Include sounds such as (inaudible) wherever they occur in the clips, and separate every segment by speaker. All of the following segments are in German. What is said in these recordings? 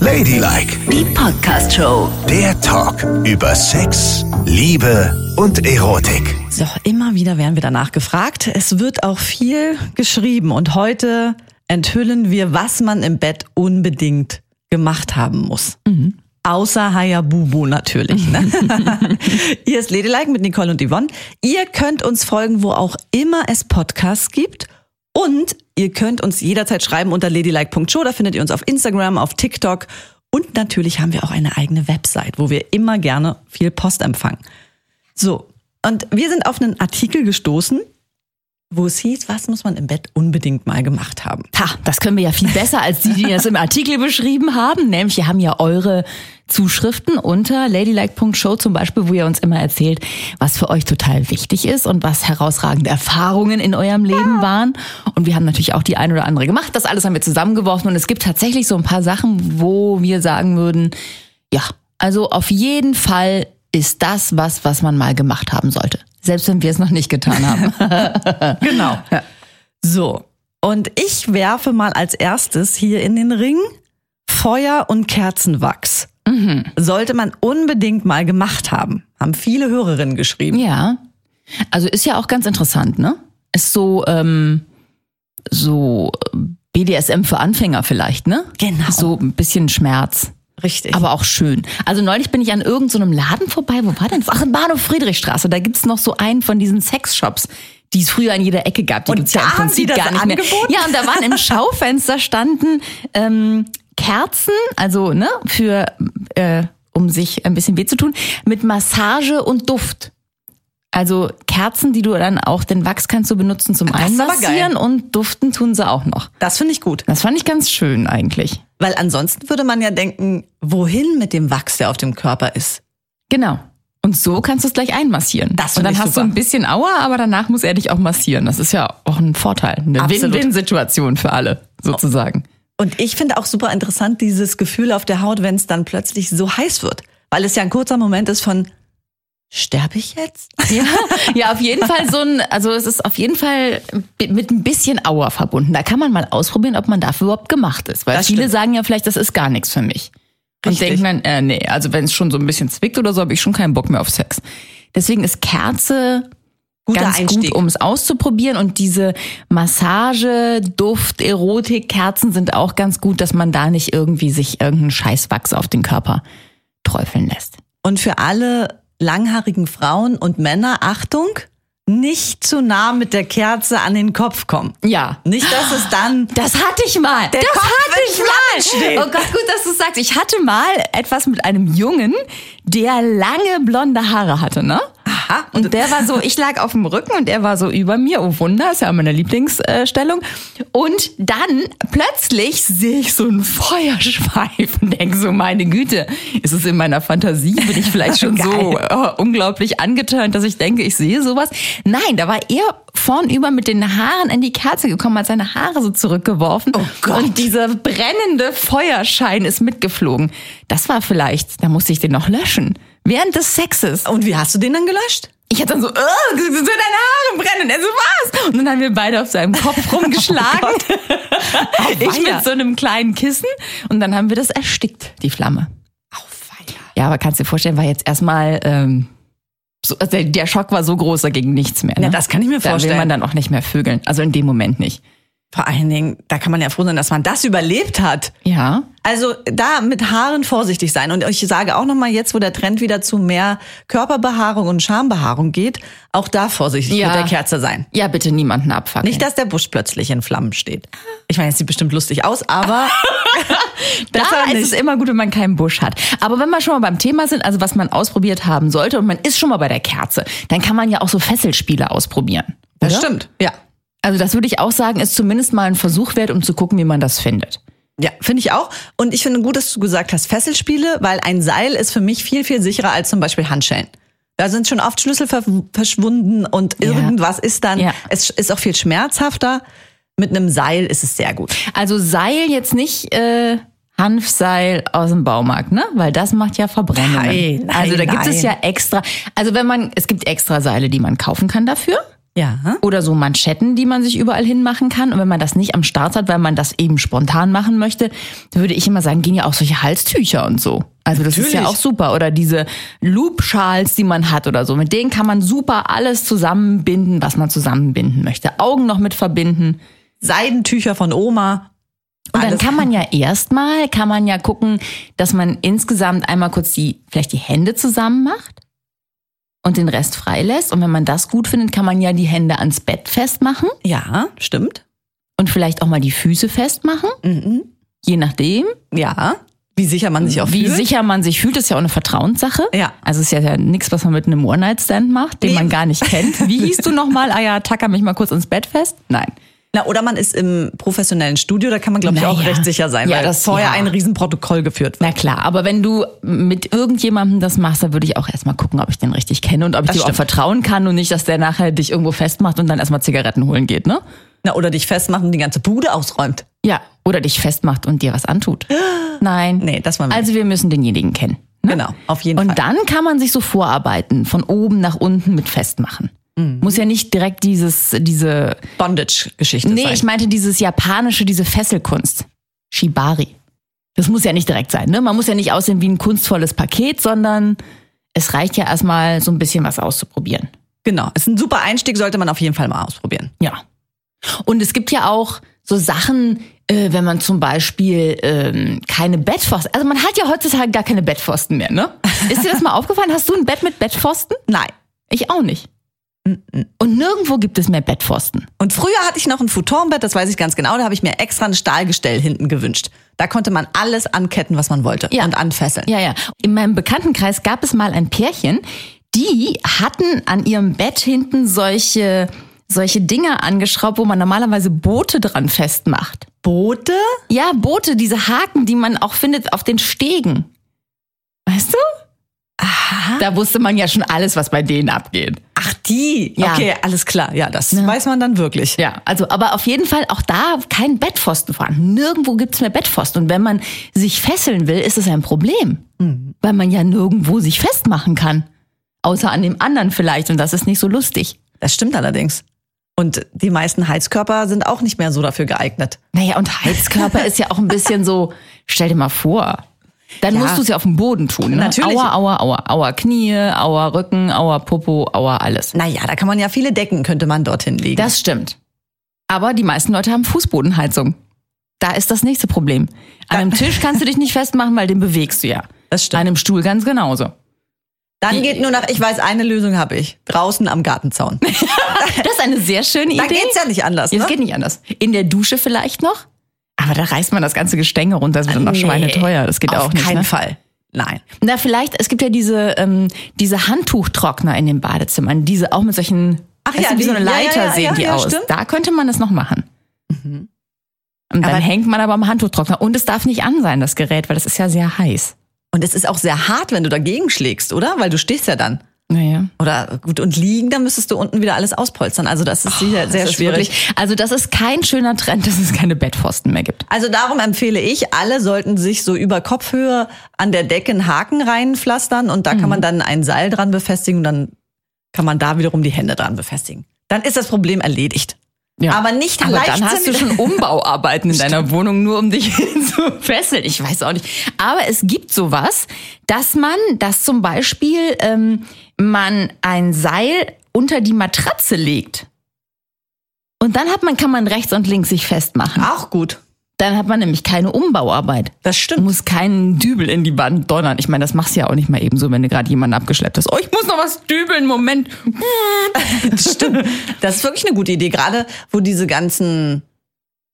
Speaker 1: Ladylike,
Speaker 2: Die Podcast-Show.
Speaker 1: der Talk über Sex, Liebe und Erotik.
Speaker 3: So, immer wieder werden wir danach gefragt. Es wird auch viel geschrieben und heute enthüllen wir, was man im Bett unbedingt gemacht haben muss. Außer Hayabubu natürlich. Ne? Hier ist Ladylike mit Nicole und Yvonne. Ihr könnt uns folgen, wo auch immer es Podcasts gibt. Und ihr könnt uns jederzeit schreiben unter ladylike.show. Da findet ihr uns auf Instagram, auf TikTok. Und natürlich haben wir auch eine eigene Website, wo wir immer gerne viel Post empfangen. So, und wir sind auf einen Artikel gestoßen, wo es hieß, was muss man im Bett unbedingt mal gemacht haben.
Speaker 4: Ha, das können wir ja viel besser als die, die das im Artikel beschrieben haben. Nämlich, wir haben ja eure Zuschriften unter ladylike.show zum Beispiel, wo ihr uns immer erzählt, was für euch total wichtig ist und was herausragende Erfahrungen in eurem Leben waren. Und wir haben natürlich auch die ein oder andere gemacht. Das alles haben wir zusammengeworfen und es gibt tatsächlich so ein paar Sachen, wo wir sagen würden, ja, also auf jeden Fall ist das was, was man mal gemacht haben sollte. Selbst wenn wir es noch nicht getan haben.
Speaker 3: Genau. So, und ich werfe mal als erstes hier in den Ring Feuer und Kerzenwachs. Sollte man unbedingt mal gemacht haben, haben viele Hörerinnen geschrieben.
Speaker 4: Ja. Also ist ja auch ganz interessant, ne? Ist so, ähm, so BDSM für Anfänger vielleicht, ne?
Speaker 3: Genau.
Speaker 4: So ein bisschen Schmerz.
Speaker 3: Richtig.
Speaker 4: Aber auch schön. Also neulich bin ich an irgendeinem so einem Laden vorbei. Wo war denn? das? Ach, in Bahnhof Friedrichstraße. Da gibt's noch so einen von diesen Sexshops, die es früher an jeder Ecke gab. Die
Speaker 3: Und
Speaker 4: gibt's
Speaker 3: da
Speaker 4: ja im
Speaker 3: haben
Speaker 4: Prinzip
Speaker 3: die das
Speaker 4: gar nicht
Speaker 3: angeboten?
Speaker 4: mehr. Ja, und da waren
Speaker 3: (laughs)
Speaker 4: im Schaufenster standen ähm, Kerzen, also ne, für äh, um sich ein bisschen weh zu tun, mit Massage und Duft. Also Kerzen, die du dann auch, den Wachs kannst du benutzen zum
Speaker 3: ist aber
Speaker 4: Einmassieren und Duften tun sie auch noch.
Speaker 3: Das finde ich gut,
Speaker 4: Das fand ich ganz schön eigentlich.
Speaker 3: weil ansonsten würde man ja denken, wohin mit dem Wachs, der auf dem Körper ist.
Speaker 4: Genau. Und so kannst du es gleich einmassieren.
Speaker 3: Das
Speaker 4: und
Speaker 3: find
Speaker 4: dann
Speaker 3: ich
Speaker 4: hast
Speaker 3: super.
Speaker 4: du ein bisschen Aua, aber danach muss er dich auch massieren. Das ist ja auch ein Vorteil. Eine
Speaker 3: Absolut.
Speaker 4: Win-Win-Situation für alle, sozusagen.
Speaker 3: Und ich finde auch super interessant dieses Gefühl auf der Haut, wenn es dann plötzlich so heiß wird, weil es ja ein kurzer Moment ist von sterbe ich jetzt? (laughs)
Speaker 4: Ja, ja, auf jeden Fall so ein, also es ist auf jeden Fall bi- mit ein bisschen Aua verbunden. Da kann man mal ausprobieren, ob man dafür überhaupt gemacht ist. Weil
Speaker 3: Das
Speaker 4: viele
Speaker 3: stimmt.
Speaker 4: sagen ja vielleicht, das ist gar nichts für mich. Und
Speaker 3: Richtig.
Speaker 4: denken dann, äh, nee, also wenn es schon so ein bisschen zwickt oder so, habe ich schon keinen Bock mehr auf Sex. Deswegen ist Kerze
Speaker 3: Guter
Speaker 4: ganz
Speaker 3: Einstieg.
Speaker 4: gut, um es auszuprobieren. Und diese Massage, Duft, Erotik, Kerzen sind auch ganz gut, dass man da nicht irgendwie sich irgendeinen Scheißwachs auf den Körper träufeln lässt.
Speaker 3: Und für alle langhaarigen Frauen und Männer, Achtung, nicht zu nah mit der Kerze an den Kopf kommen.
Speaker 4: Ja,
Speaker 3: Nicht, dass es dann
Speaker 4: Das hatte ich mal.
Speaker 3: Der
Speaker 4: das
Speaker 3: Kopf
Speaker 4: hatte
Speaker 3: in
Speaker 4: ich
Speaker 3: Flammen
Speaker 4: mal.
Speaker 3: steht.
Speaker 4: Oh Gott, gut, dass du es sagst. Ich hatte mal etwas mit einem Jungen, der lange blonde Haare hatte, ne? Aha. Und der war so, ich lag auf dem Rücken und er war so über mir. Oh Wunder, ist ja meine Lieblingsstellung. Und dann plötzlich sehe ich so einen Feuerschweif und denke so, meine Güte, ist es in meiner Fantasie? Bin ich vielleicht (laughs) schon so äh, unglaublich angeturnt, dass ich denke, ich sehe sowas? Nein, da war er vornüber mit den Haaren in die Kerze gekommen, hat seine Haare so zurückgeworfen. Oh
Speaker 3: Gott.
Speaker 4: Und dieser brennende Feuerschein ist mitgeflogen. Das war vielleicht, da musste ich den noch löschen. Während des Sexes.
Speaker 3: Und wie hast du den dann gelöscht?
Speaker 4: Ich hatte dann so, äh, so deine Haare brennen. Er so, was? Und dann haben wir beide auf seinem
Speaker 3: (laughs)
Speaker 4: Kopf
Speaker 3: Oh
Speaker 4: rumgeschlagen. ich
Speaker 3: weia.
Speaker 4: mit so einem kleinen Kissen. Und dann haben wir das erstickt, die Flamme. Ja, aber kannst dir vorstellen, war jetzt erstmal, ähm, so, also der, der Schock war so groß, da ging nichts mehr. Ne?
Speaker 3: Ja, das kann ich mir
Speaker 4: Da
Speaker 3: vorstellen.
Speaker 4: will man dann auch nicht mehr vögeln. Also in dem Moment nicht.
Speaker 3: Vor allen Dingen, da kann man ja froh sein, dass man das überlebt hat.
Speaker 4: Ja.
Speaker 3: Also da mit Haaren vorsichtig sein. Und ich sage auch nochmal jetzt, wo der Trend wieder zu mehr Körperbehaarung und Schambehaarung geht, auch da vorsichtig
Speaker 4: Ja.
Speaker 3: mit der Kerze sein.
Speaker 4: Ja, bitte niemanden abfackeln.
Speaker 3: Nicht, dass der Busch plötzlich in Flammen steht. Ich meine, es sieht bestimmt lustig aus,
Speaker 4: (laughs)
Speaker 3: aber (laughs)
Speaker 4: Da
Speaker 3: Besser
Speaker 4: ist
Speaker 3: nicht.
Speaker 4: es immer gut, wenn man keinen Busch hat. Aber wenn wir schon mal beim Thema sind, also was man ausprobiert haben sollte und man ist schon mal bei der Kerze, dann kann man ja auch so Fesselspiele ausprobieren.
Speaker 3: das
Speaker 4: oder?
Speaker 3: stimmt. Ja.
Speaker 4: Also das würde ich auch sagen, ist zumindest mal ein Versuch wert, um zu gucken, wie man das findet.
Speaker 3: Ja, finde ich auch. Und ich finde gut, dass du gesagt hast, Fesselspiele, weil ein Seil ist für mich viel, viel sicherer als zum Beispiel Handschellen. Da sind schon oft Schlüssel ver verschwunden und
Speaker 4: Ja.
Speaker 3: irgendwas ist dann.
Speaker 4: Ja.
Speaker 3: Es ist auch viel schmerzhafter. Mit einem Seil ist es sehr gut.
Speaker 4: Also Seil jetzt nicht äh, Hanfseil aus dem Baumarkt, ne? Weil das macht ja Verbrennungen.
Speaker 3: Nein, nein,
Speaker 4: also da gibt es
Speaker 3: nein.
Speaker 4: ja extra. Also wenn man, es gibt extra Seile, die man kaufen kann dafür.
Speaker 3: Ja.
Speaker 4: Oder so Manschetten, die man sich überall hinmachen kann. Und wenn man das nicht am Start hat, weil man das eben spontan machen möchte, würde ich immer sagen, gehen ja auch solche Halstücher und so. Also das ist ja
Speaker 3: Natürlich.
Speaker 4: auch super. Oder diese Loop-Schals, die man hat oder so. Mit denen kann man super alles zusammenbinden, was man zusammenbinden möchte. Augen noch mit verbinden.
Speaker 3: Seidentücher von Oma.
Speaker 4: Und dann
Speaker 3: Alles.
Speaker 4: kann man ja erstmal, kann man ja gucken, dass man insgesamt einmal kurz die, vielleicht die Hände zusammen macht und den Rest freilässt. Und wenn man das gut findet, kann man ja die Hände ans Bett festmachen
Speaker 3: Ja, stimmt.
Speaker 4: und vielleicht auch mal die Füße festmachen,
Speaker 3: Mhm.
Speaker 4: je nachdem,
Speaker 3: Ja. Wie sicher man sich auch
Speaker 4: wie
Speaker 3: fühlt.
Speaker 4: sicher man sich fühlt. Das ist ja auch eine Vertrauenssache.
Speaker 3: Ja.
Speaker 4: Also es ist ja, ja nichts, was man mit einem One-Night-Stand macht, den
Speaker 3: Nee.
Speaker 4: man gar nicht kennt. (laughs) Wie hieß du nochmal? Ah ja, tacker mich mal kurz ins Bett fest? Nein.
Speaker 3: Na, oder man ist im professionellen Studio, da kann man, glaube ich, auch
Speaker 4: Naja.
Speaker 3: recht sicher sein,
Speaker 4: Ja,
Speaker 3: weil
Speaker 4: das-
Speaker 3: vorher
Speaker 4: ja.
Speaker 3: ein Riesenprotokoll geführt
Speaker 4: Na
Speaker 3: wird.
Speaker 4: klar, aber wenn du mit irgendjemandem das machst, dann würde ich auch erstmal gucken, ob ich den richtig kenne und ob ich
Speaker 3: Das
Speaker 4: dir auch
Speaker 3: stimmt.
Speaker 4: vertrauen kann und nicht, dass der nachher dich irgendwo festmacht und dann erstmal Zigaretten holen geht, ne?
Speaker 3: Na, oder dich festmachen und die ganze Bude ausräumt.
Speaker 4: Ja, oder dich festmacht und dir was antut. (gasps) Nein.
Speaker 3: Nee, das wollen wir
Speaker 4: Also wir müssen denjenigen kennen. Ne?
Speaker 3: Genau, auf jeden
Speaker 4: und
Speaker 3: Fall.
Speaker 4: dann kann man sich so vorarbeiten, von oben nach unten mit festmachen. Muss ja nicht direkt dieses, diese,
Speaker 3: Bondage-Geschichte
Speaker 4: nee,
Speaker 3: sein.
Speaker 4: ich meinte dieses japanische, diese Fesselkunst. Shibari. Das muss ja nicht direkt sein, ne? Man muss ja nicht aussehen wie ein kunstvolles Paket, sondern es reicht ja erstmal so ein bisschen was auszuprobieren.
Speaker 3: genau, ist ein super Einstieg, sollte man auf jeden Fall mal ausprobieren.
Speaker 4: Ja. Und es gibt ja auch so Sachen, äh, wenn man zum Beispiel ähm, keine Bettpfosten, also man hat ja heutzutage gar keine Bettpfosten mehr, ne? Ist dir das mal (laughs) aufgefallen? Hast du ein Bett mit Bettpfosten?
Speaker 3: Nein.
Speaker 4: Ich auch nicht. Und nirgendwo gibt es mehr Bettpfosten.
Speaker 3: Und früher hatte ich noch ein Futonbett, das weiß ich ganz genau, da habe ich mir extra ein Stahlgestell hinten gewünscht. Da konnte man alles anketten, was man wollte
Speaker 4: Ja.
Speaker 3: und anfesseln.
Speaker 4: Ja, ja. In meinem Bekanntenkreis gab es mal ein Pärchen, die hatten an ihrem Bett hinten solche, solche Dinger angeschraubt, wo man normalerweise Boote dran festmacht.
Speaker 3: Boote?
Speaker 4: Ja, Boote, diese Haken, die man auch findet auf den Stegen. Weißt du? Aha. Da wusste man ja schon alles, was bei denen abgeht.
Speaker 3: Ach, die.
Speaker 4: Ja.
Speaker 3: Okay, alles klar. Ja, das weiß man dann wirklich.
Speaker 4: Ja, also aber auf jeden Fall auch da kein Bettpfosten vorhanden. Nirgendwo gibt's mehr Bettpfosten. Und wenn man sich fesseln will, ist es ein Problem.
Speaker 3: Mhm.
Speaker 4: Weil man ja nirgendwo sich festmachen kann. Außer an dem anderen vielleicht. Und das ist nicht so lustig.
Speaker 3: Das stimmt allerdings. Und die meisten Heizkörper sind auch nicht mehr so dafür geeignet.
Speaker 4: Naja, und
Speaker 3: (laughs)
Speaker 4: Heizkörper ist ja auch ein bisschen so, stell dir mal vor. Dann
Speaker 3: Ja.
Speaker 4: musst du es ja auf dem Boden tun. Ne?
Speaker 3: Natürlich.
Speaker 4: Aua, aua, aua. Aua Knie, aua Rücken, aua Popo, aua alles.
Speaker 3: Naja, da kann man ja viele Decken, könnte man dorthin legen.
Speaker 4: Das stimmt. Aber die meisten Leute haben Fußbodenheizung. Da ist das nächste Problem. An einem Tisch kannst du dich nicht festmachen, weil den bewegst du ja.
Speaker 3: Das stimmt.
Speaker 4: An einem Stuhl ganz genauso.
Speaker 3: dann geht nur nach, ich weiß, eine Lösung habe ich. Draußen am Gartenzaun.
Speaker 4: Das ist eine sehr schöne Idee.
Speaker 3: Da geht's ja nicht anders,
Speaker 4: Ja, Es
Speaker 3: ne?
Speaker 4: geht nicht anders. In der Dusche vielleicht noch. Aber da reißt man das ganze Gestänge runter. Das wird dann auch schweineteuer. Das geht
Speaker 3: Auf
Speaker 4: auch nicht.
Speaker 3: keinen
Speaker 4: ne?
Speaker 3: Fall. Nein.
Speaker 4: Na, vielleicht, es gibt ja diese, ähm, diese Handtuchtrockner in den Badezimmern, diese auch mit solchen,
Speaker 3: Ach
Speaker 4: weißt
Speaker 3: ja,
Speaker 4: du, wie
Speaker 3: die-
Speaker 4: so eine
Speaker 3: ja,
Speaker 4: Leiter
Speaker 3: ja, ja,
Speaker 4: sehen
Speaker 3: ja,
Speaker 4: die
Speaker 3: ja,
Speaker 4: aus.
Speaker 3: stimmt. Mhm.
Speaker 4: Da könnte man das noch machen. Und dann
Speaker 3: Aber-
Speaker 4: hängt man aber am Handtuchtrockner. Und es darf nicht an sein, das Gerät, weil das ist ja sehr heiß.
Speaker 3: Und es ist auch sehr hart, wenn du dagegen schlägst, oder? Weil du stehst ja dann.
Speaker 4: Naja.
Speaker 3: Oder gut, und liegen, dann müsstest du unten wieder alles auspolstern. Also das ist sehr, sehr
Speaker 4: Oh, Das ist
Speaker 3: schwierig.
Speaker 4: wirklich- also das ist kein schöner Trend, dass es keine Bettpfosten mehr gibt.
Speaker 3: Also darum empfehle ich, alle sollten sich so über Kopfhöhe an der Decke einen Haken reinpflastern und da kann
Speaker 4: Mhm.
Speaker 3: man dann ein Seil dran befestigen und dann kann man da wiederum die Hände dran befestigen. Dann ist das Problem erledigt. Aber nicht
Speaker 4: Aber
Speaker 3: leicht.
Speaker 4: dann hast du schon Umbauarbeiten in deiner Wohnung, nur um dich (laughs) zu fesseln. Ich weiß auch nicht. Aber es gibt sowas, dass man, dass zum Beispiel ähm, man ein Seil unter die Matratze legt. Und dann hat man, kann man rechts und links sich festmachen.
Speaker 3: (laughs) auch gut.
Speaker 4: Dann hat man nämlich keine Umbauarbeit.
Speaker 3: Das stimmt.
Speaker 4: Muss keinen Dübel in die Wand donnern. Ich meine, das machst du ja auch nicht mal eben so, wenn du gerade jemanden abgeschleppt hast. Oh, ich muss noch was dübeln, Moment.
Speaker 3: Stimmt. Das ist wirklich eine gute Idee. Gerade wo diese ganzen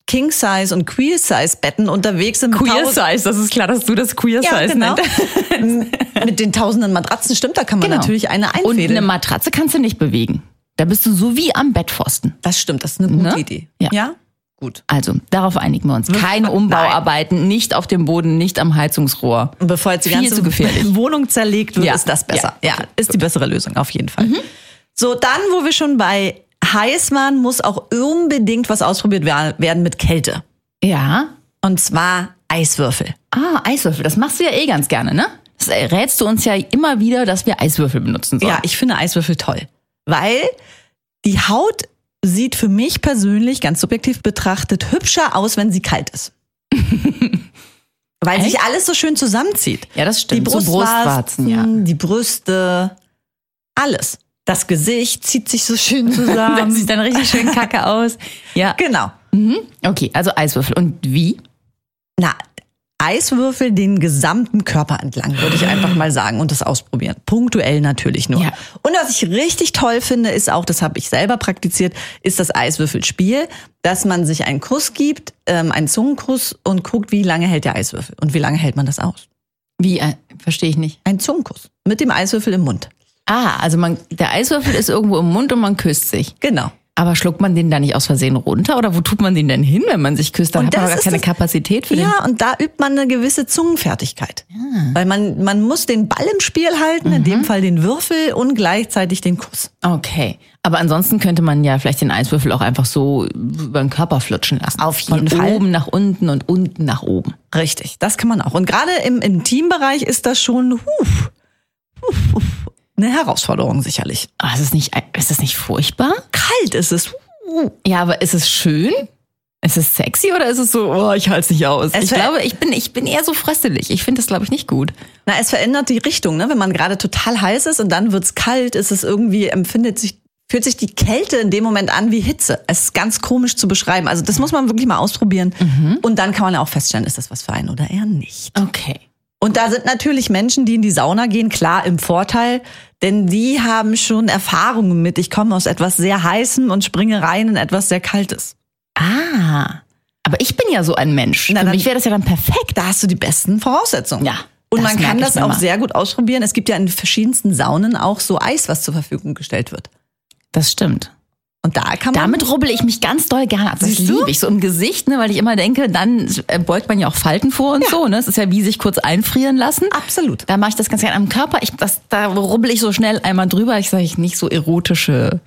Speaker 3: King-Size und Queer-Size-Betten unterwegs sind. mit
Speaker 4: Queer
Speaker 3: tausend-
Speaker 4: Size, das ist klar, dass du das Queer
Speaker 3: Ja,
Speaker 4: Size ne?
Speaker 3: genau.
Speaker 4: (laughs) nennst. (laughs)
Speaker 3: mit den tausenden Matratzen. Stimmt, da kann man natürlich eine
Speaker 4: Genau. Und
Speaker 3: einfädeln.
Speaker 4: eine Matratze kannst du nicht bewegen. Da bist du so wie am Bettpfosten.
Speaker 3: das stimmt, das ist eine gute
Speaker 4: Ne?
Speaker 3: Idee.
Speaker 4: Ja.
Speaker 3: Gut.
Speaker 4: Also, darauf einigen wir uns. Keine
Speaker 3: Nein.
Speaker 4: Umbauarbeiten, nicht auf dem Boden, nicht am Heizungsrohr.
Speaker 3: Und bevor jetzt die
Speaker 4: Viel zu
Speaker 3: ganze
Speaker 4: gefährlich.
Speaker 3: (laughs) Wohnung zerlegt wird,
Speaker 4: Ja.
Speaker 3: ist das besser.
Speaker 4: Ja. Mhm.
Speaker 3: Ja, ist die bessere Lösung, auf jeden Fall. So, dann, wo wir schon bei heiß waren, muss auch unbedingt was ausprobiert wer- werden mit Kälte.
Speaker 4: Ja.
Speaker 3: Und zwar Eiswürfel.
Speaker 4: Ah, Eiswürfel, das machst du ja eh ganz gerne, ne? Das rätst du uns ja immer wieder, dass wir Eiswürfel benutzen sollen.
Speaker 3: Ja, ich finde Eiswürfel toll. Weil Die Haut sieht für mich persönlich, ganz subjektiv betrachtet, hübscher aus, wenn sie
Speaker 4: (laughs)
Speaker 3: kalt ist. Weil sich alles so schön zusammenzieht.
Speaker 4: Ja, das
Speaker 3: Die
Speaker 4: stimmt. So
Speaker 3: Brustwarzen,
Speaker 4: Brustwarzen, ja.
Speaker 3: die Brüste, alles. Das Gesicht zieht sich
Speaker 4: (laughs)
Speaker 3: so schön
Speaker 4: Das
Speaker 3: zusammen.
Speaker 4: sieht dann richtig schön kacke aus. Ja.
Speaker 3: genau.
Speaker 4: Mhm. Okay, also Eiswürfel. Und wie?
Speaker 3: Na, Eiswürfel den gesamten Körper entlang,
Speaker 4: (gasps)
Speaker 3: würde ich einfach mal sagen und das ausprobieren. Punktuell natürlich nur.
Speaker 4: Ja.
Speaker 3: Und was ich richtig toll finde, ist auch, das habe ich selber praktiziert, ist das Eiswürfelspiel, dass man sich einen Kuss gibt, ähm, einen Zungenkuss und guckt, wie lange hält der Eiswürfel und wie lange hält man das aus.
Speaker 4: Wie? äh, Verstehe ich nicht.
Speaker 3: Ein Zungenkuss mit dem Eiswürfel im Mund.
Speaker 4: Ah, also man, der Eiswürfel ist irgendwo im Mund und man küsst sich.
Speaker 3: Genau.
Speaker 4: Aber schluckt man den da nicht aus Versehen runter oder wo tut man den denn hin, wenn man sich küsst? Dann
Speaker 3: Und
Speaker 4: hat man
Speaker 3: das
Speaker 4: gar
Speaker 3: ist
Speaker 4: keine
Speaker 3: das-
Speaker 4: Kapazität für den.
Speaker 3: Ja, und da übt man eine gewisse Zungenfertigkeit. Weil man, man muss den Ball im Spiel halten, in
Speaker 4: Mhm.
Speaker 3: dem Fall den Würfel und gleichzeitig den Kuss.
Speaker 4: Okay. Aber ansonsten könnte man ja vielleicht den Eiswürfel auch einfach so über den Körper flutschen lassen.
Speaker 3: Auf jeden
Speaker 4: Von
Speaker 3: Fall.
Speaker 4: oben nach unten und unten nach oben.
Speaker 3: Richtig, das kann man auch. Und gerade im Intimbereich ist das schon huf, huf, huf, eine Herausforderung sicherlich.
Speaker 4: Ah, ist es nicht, ist es nicht furchtbar?
Speaker 3: Kalt ist es. Uh,
Speaker 4: Ja, aber ist es schön? Ist es sexy oder ist es so, oh, ich halte es nicht aus?
Speaker 3: Es
Speaker 4: ich
Speaker 3: ver-
Speaker 4: glaube, ich bin, ich bin eher so fröstelig. Ich finde das, glaube ich, nicht gut.
Speaker 3: Na, es verändert die Richtung, ne? Wenn man gerade total heiß ist und dann wird's kalt, ist es irgendwie, empfindet sich, fühlt sich die Kälte in dem Moment an wie Hitze. Es ist ganz komisch zu beschreiben. Also das muss man wirklich mal ausprobieren.
Speaker 4: Mhm.
Speaker 3: Und dann kann man auch feststellen, ist das was für einen oder eher nicht.
Speaker 4: Okay.
Speaker 3: Und da sind natürlich Menschen, die in die Sauna gehen, klar im Vorteil, denn die haben schon Erfahrungen mit. Ich komme aus etwas sehr heißem und springe rein in etwas sehr kaltes.
Speaker 4: Ah. Aber ich bin ja so ein Mensch.
Speaker 3: Na,
Speaker 4: Für
Speaker 3: dann-
Speaker 4: mich wäre das ja dann perfekt.
Speaker 3: Da hast du die besten Voraussetzungen.
Speaker 4: Ja,
Speaker 3: Und
Speaker 4: das
Speaker 3: man kann
Speaker 4: merke ich
Speaker 3: das
Speaker 4: mir
Speaker 3: auch
Speaker 4: mal.
Speaker 3: sehr gut ausprobieren. Es gibt ja in verschiedensten Saunen auch so Eis, was zur Verfügung gestellt wird.
Speaker 4: Das stimmt.
Speaker 3: Und da kann man.
Speaker 4: Damit rubbel ich mich ganz doll gerne ab. Das
Speaker 3: Siehst du?
Speaker 4: liebe ich so im Gesicht, ne, weil ich immer denke, dann äh, beugt man ja auch Falten vor und so. Ne? Es ist ja wie sich kurz einfrieren lassen.
Speaker 3: Absolut.
Speaker 4: Da mache ich das ganz gerne am Körper. Ich, das, da rubbel ich so schnell einmal drüber. Ich sage, ich nicht so erotische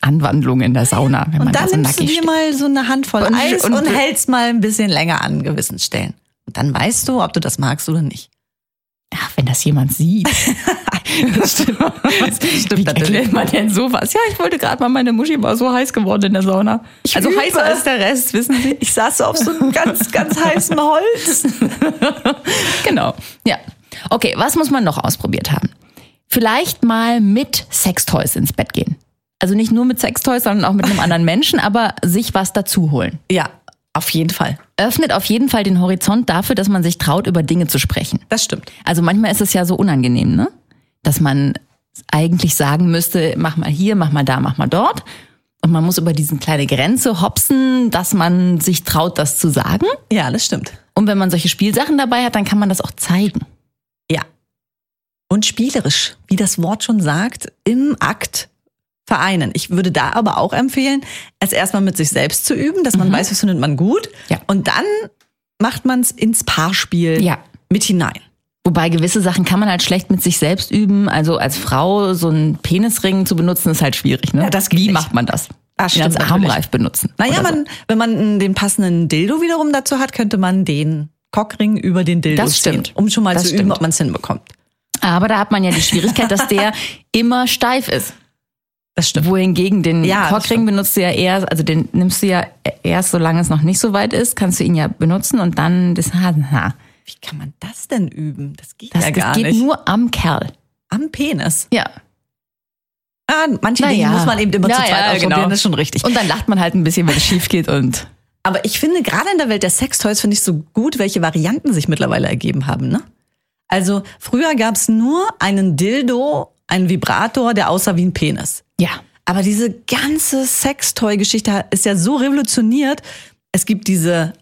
Speaker 4: Anwandlungen in der Sauna. Wenn man
Speaker 3: Und dann
Speaker 4: da so
Speaker 3: nimmst du
Speaker 4: nackig
Speaker 3: dir
Speaker 4: steht.
Speaker 3: mal so eine Handvoll
Speaker 4: Und-
Speaker 3: Eis und,
Speaker 4: und-
Speaker 3: hältst mal ein bisschen länger an gewissen Stellen. Und dann weißt du, ob du das magst
Speaker 4: (laughs)
Speaker 3: oder nicht.
Speaker 4: Ach, wenn das jemand
Speaker 3: (laughs)
Speaker 4: sieht. das stimmt. Wie erklärt man denn sowas? Ja, ich wollte gerade mal, meine Muschi war so heiß geworden in der Sauna. also
Speaker 3: übe.
Speaker 4: heißer als der Rest, wissen Sie?
Speaker 3: Ich saß so auf so einem (laughs) ganz, ganz heißen Holz.
Speaker 4: Genau. Ja. Okay, was muss man noch ausprobiert haben? Vielleicht mal mit Sextoys ins Bett gehen. Also nicht nur mit Sextoys, sondern auch mit einem anderen Menschen, aber sich was dazu holen.
Speaker 3: Ja, auf jeden Fall.
Speaker 4: Öffnet auf jeden Fall den Horizont dafür, dass man sich traut, über Dinge zu sprechen.
Speaker 3: Das stimmt.
Speaker 4: Also manchmal ist es ja so unangenehm, ne? Dass man eigentlich sagen müsste, mach mal hier, mach mal da, mach mal dort. Und man muss über diese kleine Grenze hopsen, dass man sich traut, das zu sagen.
Speaker 3: Ja, das stimmt.
Speaker 4: Und wenn man solche Spielsachen dabei hat, dann kann man das auch zeigen.
Speaker 3: Ja. Und spielerisch, wie das Wort schon sagt, im Akt vereinen. Ich würde da aber auch empfehlen, es erstmal mit sich selbst zu üben, dass man weiß, was findet man gut.
Speaker 4: Ja.
Speaker 3: Und dann macht man es ins Paarspiel
Speaker 4: Ja.
Speaker 3: mit hinein.
Speaker 4: Wobei gewisse Sachen kann man halt schlecht mit sich selbst üben. Also als Frau so einen Penisring zu benutzen, ist halt schwierig. Ne?
Speaker 3: Ja, das geht
Speaker 4: Wie
Speaker 3: nicht.
Speaker 4: macht man das?
Speaker 3: Das
Speaker 4: Ihn als
Speaker 3: stimmt natürlich.
Speaker 4: Armreif benutzen.
Speaker 3: Naja,
Speaker 4: oder so.
Speaker 3: man, wenn man den passenden Dildo wiederum dazu hat, könnte man den Cockring über den Dildo
Speaker 4: Das
Speaker 3: ziehen,
Speaker 4: stimmt.
Speaker 3: um schon mal
Speaker 4: Das
Speaker 3: zu üben,
Speaker 4: stimmt.
Speaker 3: ob man es hinbekommt.
Speaker 4: Aber da hat man ja die Schwierigkeit, dass
Speaker 3: (laughs)
Speaker 4: der immer steif ist.
Speaker 3: Das stimmt.
Speaker 4: Wohingegen den
Speaker 3: Ja, das
Speaker 4: Cockring
Speaker 3: stimmt.
Speaker 4: benutzt du ja erst, also den nimmst du ja erst, solange es noch nicht so weit ist, kannst du ihn ja benutzen und dann das Hasenhaar.
Speaker 3: Wie kann man das denn üben? Das geht
Speaker 4: Das,
Speaker 3: ja gar
Speaker 4: das geht
Speaker 3: nicht.
Speaker 4: nur am Kerl.
Speaker 3: Am Penis.
Speaker 4: Ja.
Speaker 3: Ah, manche
Speaker 4: Na
Speaker 3: Dinge
Speaker 4: ja.
Speaker 3: muss man eben immer
Speaker 4: Na
Speaker 3: zu zweit
Speaker 4: ja,
Speaker 3: ausprobieren,
Speaker 4: genau.
Speaker 3: das ist schon richtig.
Speaker 4: Und dann lacht man halt ein bisschen,
Speaker 3: (laughs)
Speaker 4: wenn es schief geht und
Speaker 3: Aber ich finde, gerade in der Welt der Sextoys finde ich so gut, welche Varianten sich mittlerweile ergeben haben, ne? Also, früher gab es nur einen Dildo, einen Vibrator, der aussah wie ein Penis.
Speaker 4: ja.
Speaker 3: Aber diese ganze Sextoy-Geschichte ist ja so revolutioniert. Es gibt diese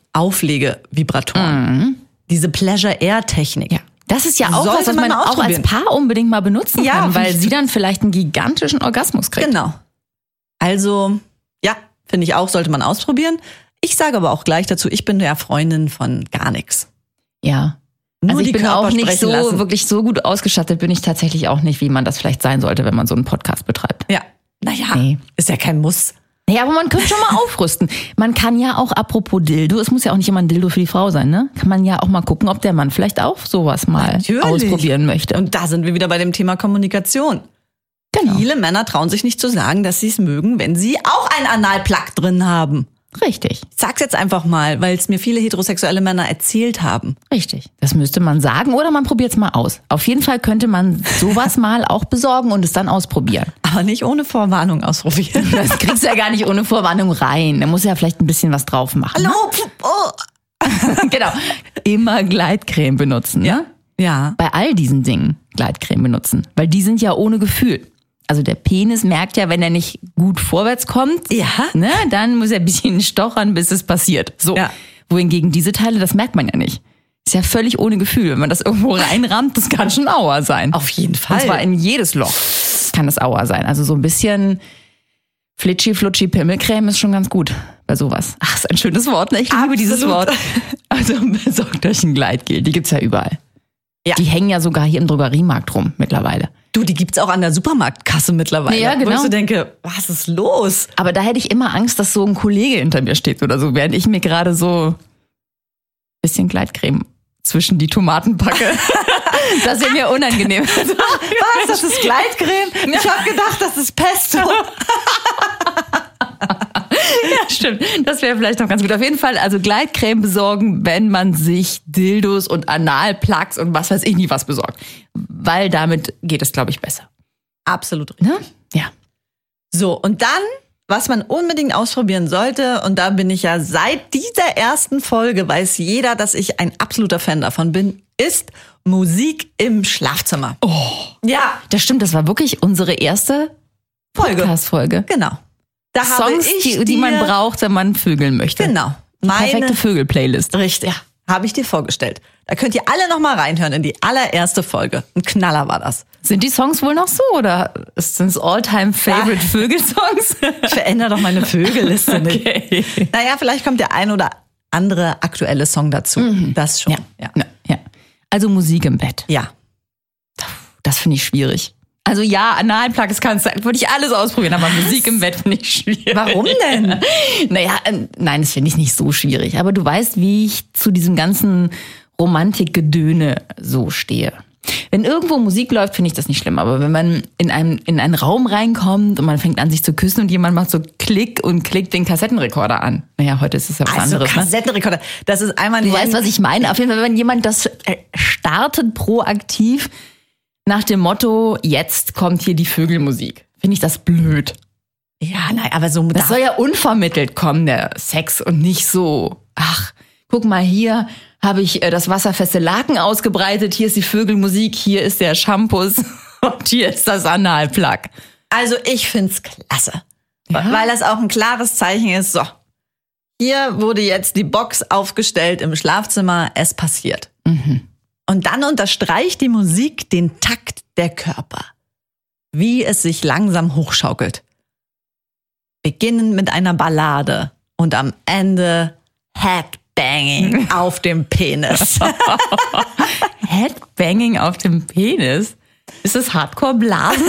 Speaker 3: Auflege-Vibratoren, diese Pleasure-Air-Technik.
Speaker 4: Mhm. Ja. Das ist ja auch
Speaker 3: Sollte
Speaker 4: was, was man,
Speaker 3: man mal
Speaker 4: auch als
Speaker 3: ausprobieren.
Speaker 4: Paar unbedingt mal benutzen
Speaker 3: Ja,
Speaker 4: kann, weil
Speaker 3: richtig.
Speaker 4: sie dann vielleicht einen gigantischen Orgasmus kriegt.
Speaker 3: Genau. Also, ja, finde ich auch, sollte man ausprobieren. Ich sage aber auch gleich dazu, ich bin ja Freundin von gar nichts.
Speaker 4: Ja.
Speaker 3: Nur
Speaker 4: also ich
Speaker 3: die
Speaker 4: bin
Speaker 3: Körper
Speaker 4: auch nicht
Speaker 3: sprechen
Speaker 4: so
Speaker 3: lassen.
Speaker 4: wirklich so gut ausgestattet bin ich tatsächlich auch nicht, wie man das vielleicht sein sollte, wenn man so einen Podcast betreibt.
Speaker 3: Ja. Naja,
Speaker 4: Nee.
Speaker 3: ist ja kein Muss.
Speaker 4: Ja, aber man könnte schon mal (laughs) aufrüsten. Man kann ja auch, apropos Dildo, es muss ja auch nicht immer ein Dildo für die Frau sein, ne? Kann man ja auch mal gucken, ob der Mann vielleicht auch sowas mal
Speaker 3: Natürlich.
Speaker 4: ausprobieren möchte.
Speaker 3: Und da sind wir wieder bei dem Thema Kommunikation.
Speaker 4: Genau.
Speaker 3: Viele Männer trauen sich nicht zu sagen, dass sie es mögen, wenn sie auch einen Analplug drin haben.
Speaker 4: Richtig,
Speaker 3: Ich sag's jetzt einfach mal, weil es mir viele heterosexuelle Männer erzählt haben.
Speaker 4: richtig. Das müsste man sagen oder man probiert es mal aus. Auf jeden Fall könnte man
Speaker 3: (laughs)
Speaker 4: sowas mal auch besorgen und es dann ausprobieren.
Speaker 3: Aber nicht ohne Vorwarnung ausprobieren. (laughs)
Speaker 4: Das kriegst du ja gar nicht ohne Vorwarnung rein. Da muss ja vielleicht ein bisschen was drauf machen.
Speaker 3: Hallo, pf, oh.
Speaker 4: (laughs) genau. Immer Gleitcreme benutzen. Ja.
Speaker 3: Ja,
Speaker 4: Bei all diesen Dingen Gleitcreme benutzen, weil die sind ja ohne Gefühl. Also der Penis merkt ja, wenn er nicht gut vorwärts kommt,
Speaker 3: Ja.
Speaker 4: ne, dann muss er ein bisschen stochern, bis es passiert. So.
Speaker 3: Ja.
Speaker 4: Wohingegen diese Teile, das merkt man ja nicht. Ist ja völlig ohne Gefühl. Wenn man das
Speaker 3: (laughs)
Speaker 4: irgendwo reinrammt, das kann schon Aua sein.
Speaker 3: auf jeden
Speaker 4: Und
Speaker 3: Fall.
Speaker 4: zwar in jedes Loch kann das Aua sein. Also so ein bisschen flitschi flutschi Pimmelcreme ist schon ganz gut bei sowas. Ach, ist ein schönes Wort, ne? Ich liebe
Speaker 3: Absolut.
Speaker 4: dieses Wort. Also (laughs) besorgt euch ein Gleitgel, die gibt's ja überall.
Speaker 3: Ja.
Speaker 4: Die hängen ja sogar hier im Drogeriemarkt rum mittlerweile.
Speaker 3: du, die gibt's auch an der Supermarktkasse mittlerweile.
Speaker 4: Ja,
Speaker 3: Wo
Speaker 4: genau.
Speaker 3: ich so denke, was ist los?
Speaker 4: Aber da hätte ich immer Angst, dass so ein Kollege hinter mir steht oder so, während ich mir gerade so ein bisschen Gleitcreme zwischen die Tomaten (laughs)
Speaker 3: (laughs)
Speaker 4: packe. das wäre mir unangenehm.
Speaker 3: Was, das ist Gleitcreme? Ich habe gedacht, das ist Pesto.
Speaker 4: Stimmt, das wäre vielleicht noch ganz gut. Auf jeden Fall, also Gleitcreme besorgen, wenn man sich Dildos und Analplugs und was weiß ich nie was besorgt. Weil damit geht es, glaube ich, besser.
Speaker 3: Absolut richtig.
Speaker 4: Ne? Ja.
Speaker 3: So, und dann, was man unbedingt ausprobieren sollte, und da bin ich ja seit dieser ersten Folge, weiß jeder, dass ich ein absoluter Fan davon bin, ist Musik im Schlafzimmer. Oh. Ja,
Speaker 4: Das stimmt, das war wirklich unsere erste
Speaker 3: Folge.
Speaker 4: Podcast-Folge.
Speaker 3: Genau. Da
Speaker 4: Songs,
Speaker 3: habe ich
Speaker 4: die, die
Speaker 3: dir-
Speaker 4: man braucht, wenn man vögeln möchte.
Speaker 3: Genau.
Speaker 4: Perfekte
Speaker 3: Meine,
Speaker 4: Vögel-Playlist.
Speaker 3: richtig, ja, habe ich dir vorgestellt. Da könnt ihr alle noch mal reinhören in die allererste Folge. Ein Knaller war das.
Speaker 4: Sind die Songs wohl noch so oder sind es All-Time-Favorite Vögelsongs?
Speaker 3: Ich verändere doch meine Ah. (laughs) Vögelliste nicht.
Speaker 4: Okay.
Speaker 3: Naja, vielleicht kommt der ein oder andere aktuelle Song dazu. Das schon.
Speaker 4: Ja. Ja. ja. Also Musik im Bett.
Speaker 3: ja.
Speaker 4: Das finde ich schwierig. Also ja, Analplugs kannst du, würde ich alles ausprobieren, aber Musik im Bett finde ich schwierig.
Speaker 3: Warum denn?
Speaker 4: (laughs) Naja, ähm, nein, das finde ich nicht so schwierig. Aber du weißt, wie ich zu diesem ganzen Romantikgedöne so stehe. Wenn irgendwo Musik läuft, finde ich das nicht schlimm. Aber wenn man in einen, in einen Raum reinkommt und man fängt an, sich zu küssen und jemand macht so Klick und klickt den Kassettenrekorder an. Naja, heute ist es ja was
Speaker 3: Also
Speaker 4: anderes. Ne?
Speaker 3: Kassettenrekorder. Das ist einmal
Speaker 4: Du weißt, was ich meine. Auf jeden Fall, wenn jemand das äh, startet proaktiv nach dem Motto, jetzt kommt hier die Vögelmusik, finde ich das blöd.
Speaker 3: Ja, nein, aber so
Speaker 4: Das soll ja unvermittelt kommen, der Sex und nicht so, ach, guck mal hier habe ich äh, das wasserfeste Laken ausgebreitet, hier ist die Vögelmusik, hier ist der Shampoos (laughs) und hier ist das Analplug.
Speaker 3: Also ich find's klasse.
Speaker 4: Ja.
Speaker 3: Weil das auch ein klares Zeichen ist, so. Hier wurde jetzt die Box aufgestellt im Schlafzimmer, es passiert. Und dann unterstreicht die Musik den Takt der Körper. Wie es sich langsam hochschaukelt. Beginnen mit einer Ballade und am Ende Headbanging auf dem Penis.
Speaker 4: Headbanging auf dem Penis? Ist das (laughs) Hardcore-Blasen?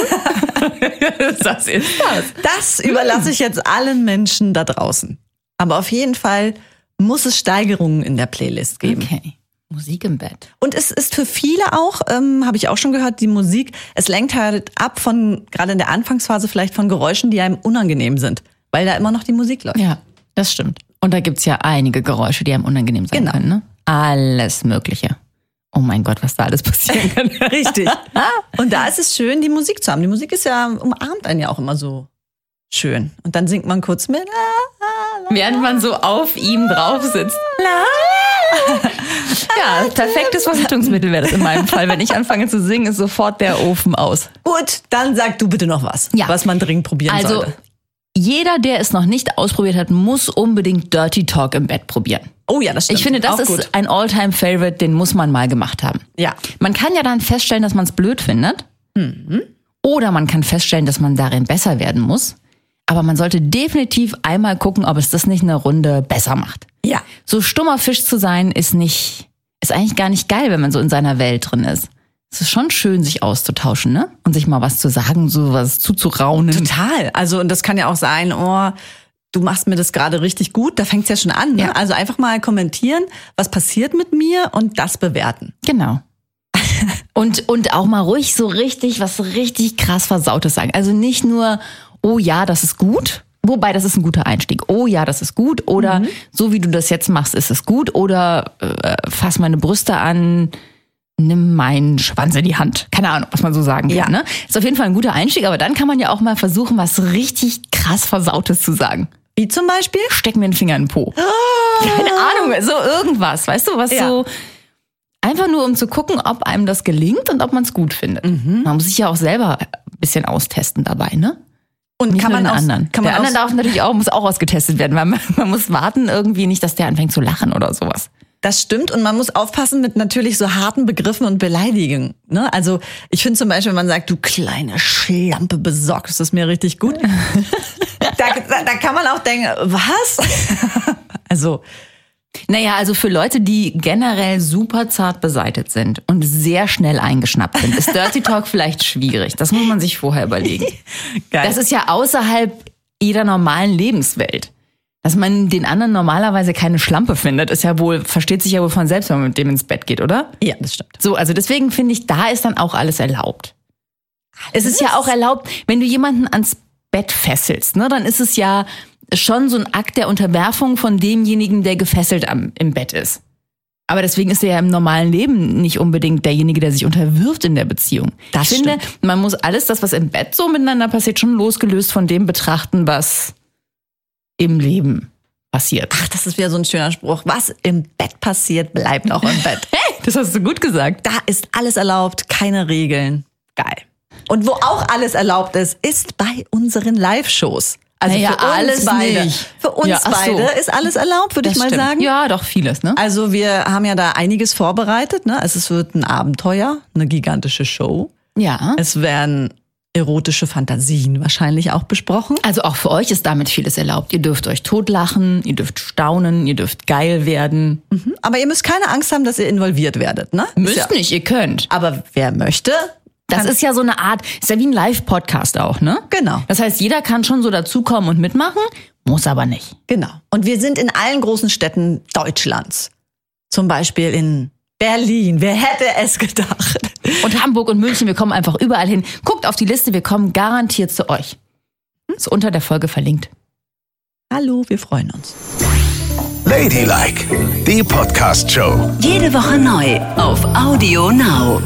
Speaker 4: das ist das.
Speaker 3: Das überlasse ich jetzt allen Menschen da draußen. Aber auf jeden Fall muss es Steigerungen in der Playlist geben.
Speaker 4: Okay. Musik im Bett.
Speaker 3: Und es ist für viele auch, ähm, habe ich auch schon gehört, die Musik, es lenkt halt ab von, gerade in der Anfangsphase vielleicht von Geräuschen, die einem unangenehm sind, weil da immer noch die
Speaker 4: (laughs)
Speaker 3: Musik läuft.
Speaker 4: Ja, das stimmt. Und da gibt's ja einige Geräusche, die einem unangenehm sein
Speaker 3: Genau.
Speaker 4: können. Ne? Alles Mögliche. Oh mein Gott, was da alles passieren
Speaker 3: (laughs)
Speaker 4: kann.
Speaker 3: Richtig. Und da ist es schön, die Musik zu haben. Die Musik ist ja, umarmt einen ja auch immer so schön. Und dann singt man kurz mit. Ah,
Speaker 4: Während man so auf ihm drauf sitzt. Ja, perfektes Verhütungsmittel wäre das in meinem Fall. Wenn ich anfange zu singen, ist sofort der Ofen aus.
Speaker 3: Gut, dann sag du bitte noch was,
Speaker 4: Ja.
Speaker 3: was man dringend probieren
Speaker 4: Also,
Speaker 3: sollte.
Speaker 4: jeder, der es noch nicht ausprobiert hat, muss unbedingt Dirty Talk im Bett probieren.
Speaker 3: Oh ja, das stimmt.
Speaker 4: Ich finde, das
Speaker 3: auch
Speaker 4: ist
Speaker 3: gut.
Speaker 4: ein All-Time-Favorite, den muss man mal gemacht haben.
Speaker 3: Ja.
Speaker 4: Man kann ja dann feststellen, dass man es blöd findet. Oder man kann feststellen, dass man darin besser werden muss. Aber man sollte definitiv einmal gucken, ob es das nicht eine Runde besser macht.
Speaker 3: Ja.
Speaker 4: So stummer Fisch zu sein, ist nicht, ist eigentlich gar nicht geil, wenn man so in seiner Welt drin ist. Es ist schon schön, sich auszutauschen, ne? Und sich mal was zu sagen, so was zuzuraunen.
Speaker 3: Total. Also, und das kann ja auch sein, oh, du machst mir das gerade richtig gut, da fängt's ja schon an. Ne?
Speaker 4: Ja.
Speaker 3: Also einfach mal kommentieren, was passiert mit mir und das bewerten.
Speaker 4: Genau. (laughs) Und, und auch mal ruhig so richtig, was richtig krass Versautes sagen. Also nicht nur, oh ja, das ist gut. Wobei, das ist ein guter Einstieg. Oh ja, das ist gut. Oder so wie du das jetzt machst, ist es gut. Oder äh, fass meine Brüste an, nimm meinen Schwanz in die Hand. Keine Ahnung, was man so sagen kann.
Speaker 3: Ja.
Speaker 4: Ne? Ist auf jeden Fall ein guter Einstieg, aber dann kann man ja auch mal versuchen, was richtig krass Versautes zu sagen.
Speaker 3: Wie zum Beispiel?
Speaker 4: Steck mir einen Finger in den Po. Keine Ahnung, so irgendwas, weißt du, was
Speaker 3: Ja.
Speaker 4: so. Einfach nur, um zu gucken, ob einem das gelingt und ob man es gut findet. Man muss sich ja auch selber ein bisschen austesten dabei, ne?
Speaker 3: Und
Speaker 4: Nicht
Speaker 3: kann
Speaker 4: nur
Speaker 3: man
Speaker 4: den
Speaker 3: aus,
Speaker 4: anderen.
Speaker 3: Kann man
Speaker 4: der
Speaker 3: aus,
Speaker 4: anderen darf natürlich auch, muss auch ausgetestet werden, weil man, (laughs) man muss warten irgendwie nicht, dass der anfängt zu lachen oder sowas.
Speaker 3: Das stimmt und man muss aufpassen mit natürlich so harten Begriffen und Beleidigungen. Ne? Also ich finde zum Beispiel, wenn man sagt, du kleine Schlampe besorgst es mir richtig gut. (laughs) da, da, da kann man auch denken, was? (laughs) also
Speaker 4: Naja, also für Leute, die generell super zart beseitet sind und sehr schnell eingeschnappt sind, ist Dirty Talk (laughs) vielleicht schwierig. Das muss man sich vorher überlegen.
Speaker 3: geil.
Speaker 4: Das ist ja außerhalb jeder normalen Lebenswelt. Dass man den anderen normalerweise keine Schlampe findet, ist ja wohl, versteht sich ja wohl von selbst, wenn man mit dem ins Bett geht, oder?
Speaker 3: ja, das stimmt.
Speaker 4: So, also deswegen finde ich, da ist dann auch alles erlaubt. Es ist ja auch erlaubt, wenn du jemanden ans Bett fesselst, ne, dann ist es ja schon so ein Akt der Unterwerfung von demjenigen, der gefesselt am, im Bett ist. Aber deswegen ist er ja im normalen Leben nicht unbedingt derjenige, der sich unterwirft in der Beziehung.
Speaker 3: Das
Speaker 4: ich finde, man muss alles das, was im Bett so miteinander passiert, schon losgelöst von dem betrachten, was im Leben passiert.
Speaker 3: Ach, das ist wieder so ein schöner Spruch. Was im Bett passiert, bleibt auch im
Speaker 4: (laughs)
Speaker 3: Bett.
Speaker 4: Hey, das hast du gut gesagt.
Speaker 3: da ist alles erlaubt, keine Regeln. Geil. Und wo auch alles erlaubt ist, ist bei unseren Live-Shows. Also
Speaker 4: Naja,
Speaker 3: für uns
Speaker 4: alles
Speaker 3: beide.
Speaker 4: nicht.
Speaker 3: Für uns
Speaker 4: Ja, ach so.
Speaker 3: beide ist alles erlaubt, würde ich
Speaker 4: Das
Speaker 3: mal
Speaker 4: stimmt.
Speaker 3: sagen.
Speaker 4: Ja, doch vieles, ne?
Speaker 3: Also wir haben ja da einiges vorbereitet. Ne? Also es wird ein Abenteuer, eine gigantische Show.
Speaker 4: Ja.
Speaker 3: Es werden erotische Fantasien wahrscheinlich auch besprochen.
Speaker 4: Also auch für euch ist damit vieles erlaubt. Ihr dürft euch totlachen, ihr dürft staunen, ihr dürft geil werden.
Speaker 3: Aber ihr müsst keine Angst haben, dass ihr involviert werdet. Ne?
Speaker 4: Mhm. Müsst
Speaker 3: Ist ja,
Speaker 4: nicht, ihr könnt.
Speaker 3: aber wer möchte,
Speaker 4: Das ist ja so eine Art, ist ja wie ein Live-Podcast auch, ne?
Speaker 3: Genau.
Speaker 4: Das heißt, jeder kann schon so dazukommen und mitmachen, muss aber nicht.
Speaker 3: genau. Und wir sind in allen großen Städten Deutschlands. Zum Beispiel in Berlin. Wer hätte es gedacht? (laughs)
Speaker 4: Und Hamburg und München, wir kommen einfach überall hin. Guckt auf die Liste, wir kommen garantiert zu euch. Ist unter der Folge verlinkt.
Speaker 3: Hallo, wir freuen uns.
Speaker 1: Ladylike, die Podcast-Show.
Speaker 2: Jede Woche neu auf Audio Now.